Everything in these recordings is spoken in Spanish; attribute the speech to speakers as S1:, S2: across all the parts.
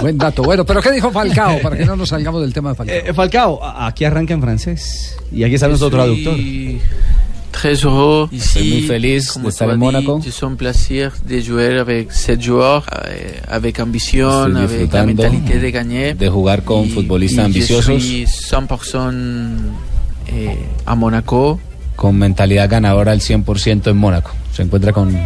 S1: Buen dato. Bueno, pero ¿qué dijo Falcao? Para que no nos salgamos del tema de Falcao.
S2: Eh, Falcao, a- aquí arranca en francés. Y aquí está nuestro traductor.
S3: Très heureux ici.
S4: muy feliz
S3: Como
S4: de estar
S3: tú
S4: en
S3: has
S4: Mónaco.
S3: dicho, Es un placer de jugar avec ces joueurs, eh, avec ambición, avec
S4: Estoy
S3: la
S4: disfrutando
S3: mentalité de gagner.
S4: de jugar con
S3: Y-
S4: futbolistas
S3: y
S4: ambiciosos.
S3: Yo soy 100% eh, a Mónaco.
S4: con mentalidad ganadora al 100% en Mónaco. Se encuentra con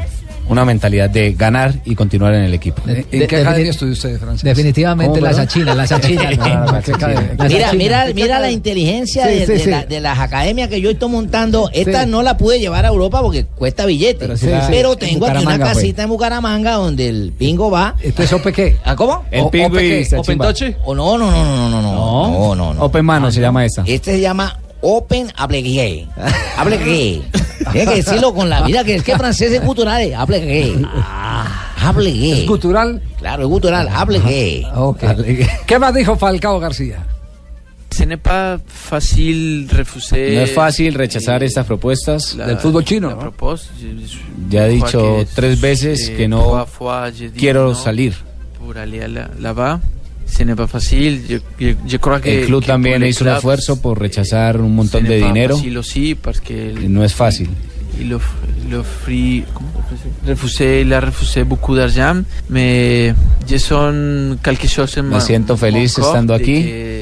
S4: una mentalidad de ganar y continuar en el equipo.
S1: Eh, ¿En, en
S5: De-
S1: qué academia
S5: definit-
S1: estudió usted de francés?
S5: Definitivamente
S1: ¿Cómo,
S5: las
S1: perdón?
S5: achinas, las achinas.
S1: Ah, la Sachina.
S5: Las
S6: Mira,
S5: achinas.
S6: mira, mira la inteligencia
S5: Sí,
S6: de,
S5: sí,
S6: de
S5: sí.
S6: la- de las academias que yo estoy montando. Esta
S5: Sí.
S6: no la pude llevar a Europa porque cuesta billete. Pero,
S5: Pero sí la- en
S6: tengo aquí una
S5: Bucaramanga pues. fue.
S6: casita en Bucaramanga donde el pingo va.
S1: Entonces, OPQ.
S6: ¿Ah, cómo?
S4: El
S1: O-
S4: Pingo y
S1: OPQ.
S2: ¿Open Toche?
S6: O no, no, no, no, no, no, no, no, no.
S4: Open Mano se llama esa.
S6: Este se llama Open Appliqué. Appliqué. Tienes que decirlo con la vida que es que francés es cultural. eh. Appliqué.
S5: Ah.
S6: Appliqué.
S1: Cultural.
S6: Claro, es cultural. Appliqué.
S1: Ok.
S5: Ah,
S1: ¿Qué más dijo Falcao García?
S3: Ce n'est pas facile refuser.
S4: No es fácil rechazar
S3: eh,
S4: estas propuestas.
S3: la-
S1: del fútbol chino,
S3: la
S1: ¿no?
S3: propos-
S4: Ya he dicho
S3: Porque,
S4: tres veces que no
S3: eh, trois fois, j'ai dit
S4: quiero
S3: no
S4: salir.
S3: Por aller là- là-bas, ce n'est pas facile. Yo, yo- yo creo que
S4: El club
S3: que
S4: también
S3: pour le
S4: hizo un
S3: club,
S4: esfuerzo por
S3: eh,
S4: rechazar un montón
S3: ce
S4: de
S3: n'est pas
S4: dinero.
S3: facile aussi, parce que
S4: No es fácil.
S3: Il, off- il offrit- comment on appelle ça refusé, il a refusé beaucoup d'argent, mais je sens quelque chose en
S4: Me
S3: ma-
S4: siento
S3: mon
S4: feliz
S3: corps
S4: estando
S3: de
S4: aquí.
S3: que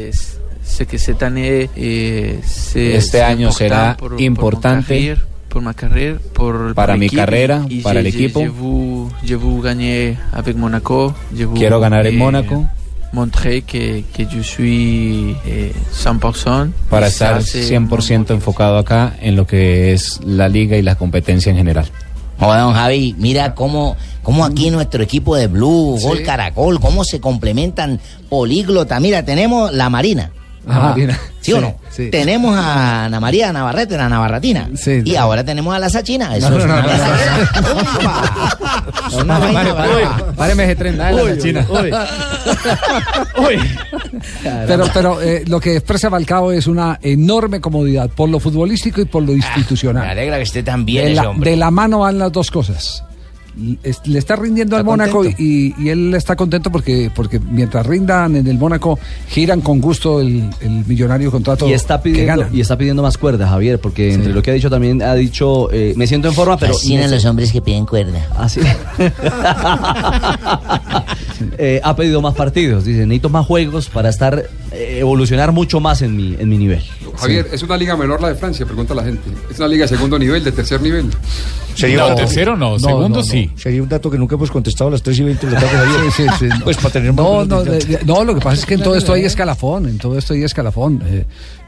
S3: sé que cette année, eh, c'est-
S4: Este
S3: c'est
S4: año
S3: important
S4: será
S3: pour-
S4: importante
S3: Pour ma carrière, pour ma carrière, por-
S4: para
S3: por
S4: mi
S3: equipo.
S4: carrera,
S3: Y
S4: para
S3: je-
S4: el
S3: je-
S4: equipo.
S3: Je vous, je vous gagner avec Monaco. Je vous,
S4: Quiero ganar en
S3: eh,
S4: Mónaco.
S3: Montrer que, que je suis eh, 100%.
S4: para
S3: Y ça,
S4: estar
S6: eh,
S3: c'est
S4: 100%
S3: mon-
S4: enfocado acá en lo que es la liga y la competencia en general.
S6: Joder, don Javi, mira cómo, cómo aquí nuestro equipo de Blue, Gol Caracol, cómo se complementan políglota. Mira, tenemos la Marina,
S1: Ah, Marina.
S6: ¿sí, o no?
S1: Sí.
S6: Tenemos a Ana María Navarrete, la Navarratina.
S1: Sí.
S6: y ahora tenemos a la Sachina. Eso
S1: No,
S6: es
S1: no,
S6: una
S1: no, no,
S6: vaina
S1: no.
S6: brava. Es una vaina brava.
S4: Páreme ese tren, dale, la China.
S1: Pero, pero eh, lo que expresa Falcao es una enorme comodidad por lo futbolístico y por
S5: Ah,
S1: lo
S6: Me
S1: institucional.
S6: alegra que esté tan bien
S1: De
S6: ese
S1: la,
S6: hombre.
S1: de la mano van las dos cosas. L- es- Le está rindiendo al Mónaco y, y él está contento porque, porque mientras rindan en el Mónaco, giran con gusto el, el millonario contrato
S2: Y está,
S1: que
S2: pidiendo,
S1: gana.
S2: y está pidiendo más cuerdas, Javier, porque entre lo que ha dicho también ha dicho, eh, me siento en forma, pero...
S6: Fascinan
S2: me-
S6: los hombres que piden cuerda.
S2: Así. Eh, ha pedido más partidos, dice, necesito más juegos para estar, eh, evolucionar mucho más en mi, en mi nivel.
S7: Javier, ¿es una liga menor la de Francia? Pregunta la gente. ¿Es una liga de segundo nivel, de tercer nivel?
S8: Sería no, tercero no, segundo sí.
S9: Sería un dato que nunca hemos contestado a las 3 y 20 de la tarde, Javier.
S1: Sí, sí, sí, no.
S9: Pues para tener más
S1: No,
S9: menos
S1: no,
S9: del dato.
S1: de- de- no, lo que pasa es que en todo esto hay escalafón, en todo esto hay escalafón. Eh,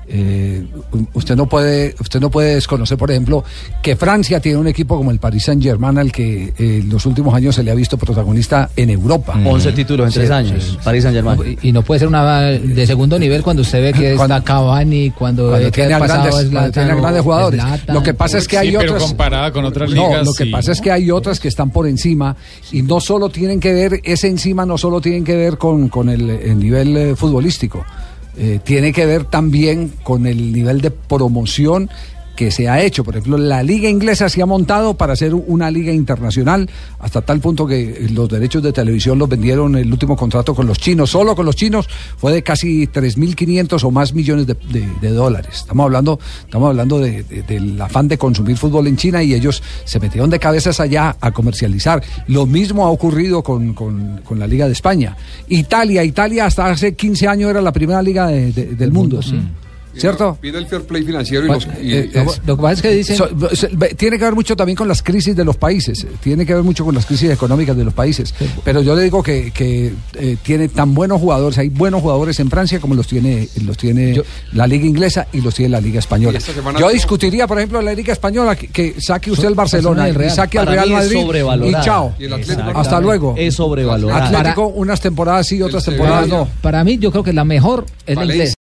S1: eh, u- usted no puede, usted no puede desconocer, por ejemplo, que Francia tiene un equipo como el Paris Saint Germain al que eh, en los últimos años se le ha visto protagonista en Europa.
S2: 11 títulos en
S1: Mm. Sí,
S2: tres
S1: sí,
S2: años,
S1: sí.
S2: París Saint Germain.
S5: Y y no puede ser una de segundo nivel cuando usted ve que
S1: Cuando-
S5: está Cavani, cuando,
S1: Cuando
S5: ve que
S1: tiene, a
S5: el pasado
S1: grandes,
S5: es
S1: cuando tiene a
S5: Zlatan,
S1: grandes jugadores.
S5: Zlatan.
S1: Lo que pasa es que
S8: Sí,
S1: hay
S8: pero
S1: otras.
S8: comparada con otras
S1: No,
S8: ligas,
S1: lo que
S8: sí.
S1: pasa es que hay otras que están por encima y no solo tienen que ver, ese encima no solo tienen que ver con, con el, el nivel eh, futbolístico, eh, tiene que ver también con el nivel de promoción que se ha hecho. Por ejemplo, la liga inglesa se ha montado para ser una liga internacional hasta tal punto que los derechos de televisión los vendieron el último contrato con los chinos, solo con los chinos fue de casi 3.500 o más millones de, de- de dólares. Estamos hablando, estamos hablando de- de- del afán de consumir fútbol en China y ellos se metieron de cabezas allá a comercializar. Lo mismo ha ocurrido con, con- con la Liga de España. Italia, Italia hasta hace 15 años era la primera liga de- de- del mundo. ¿Cierto?
S7: Viene el fair play financiero y
S1: Bueno,
S7: los... y-
S1: eh,
S7: y-
S1: eh,
S5: Lo que pasa es que dicen...
S1: So- so- ve- tiene que ver mucho también con las crisis de los países, eh, tiene que ver mucho con las crisis económicas de los países. Pero yo le digo que, que, eh, tiene tan buenos jugadores, hay buenos jugadores en Francia como los tiene, los tiene la Liga Inglesa y los tiene la Liga Española.
S7: Y esta semana
S1: Yo
S7: no-
S1: discutiría, por ejemplo, la Liga Española, que, que saque usted el Barcelona
S5: Barcelona y
S1: y
S5: Real.
S1: saque al
S2: Para
S1: Real
S2: mí es
S1: Madrid y
S2: sobrevalorada.
S1: chao.
S7: Y el Atlético
S2: Exactamente.
S1: Hasta luego.
S2: Es sobrevalorada.
S1: Atlético unas temporadas sí, otras
S7: El
S1: temporadas
S7: Sevilla.
S1: no.
S5: Para mí, yo creo que la mejor es la
S7: Valencia.
S5: inglesa.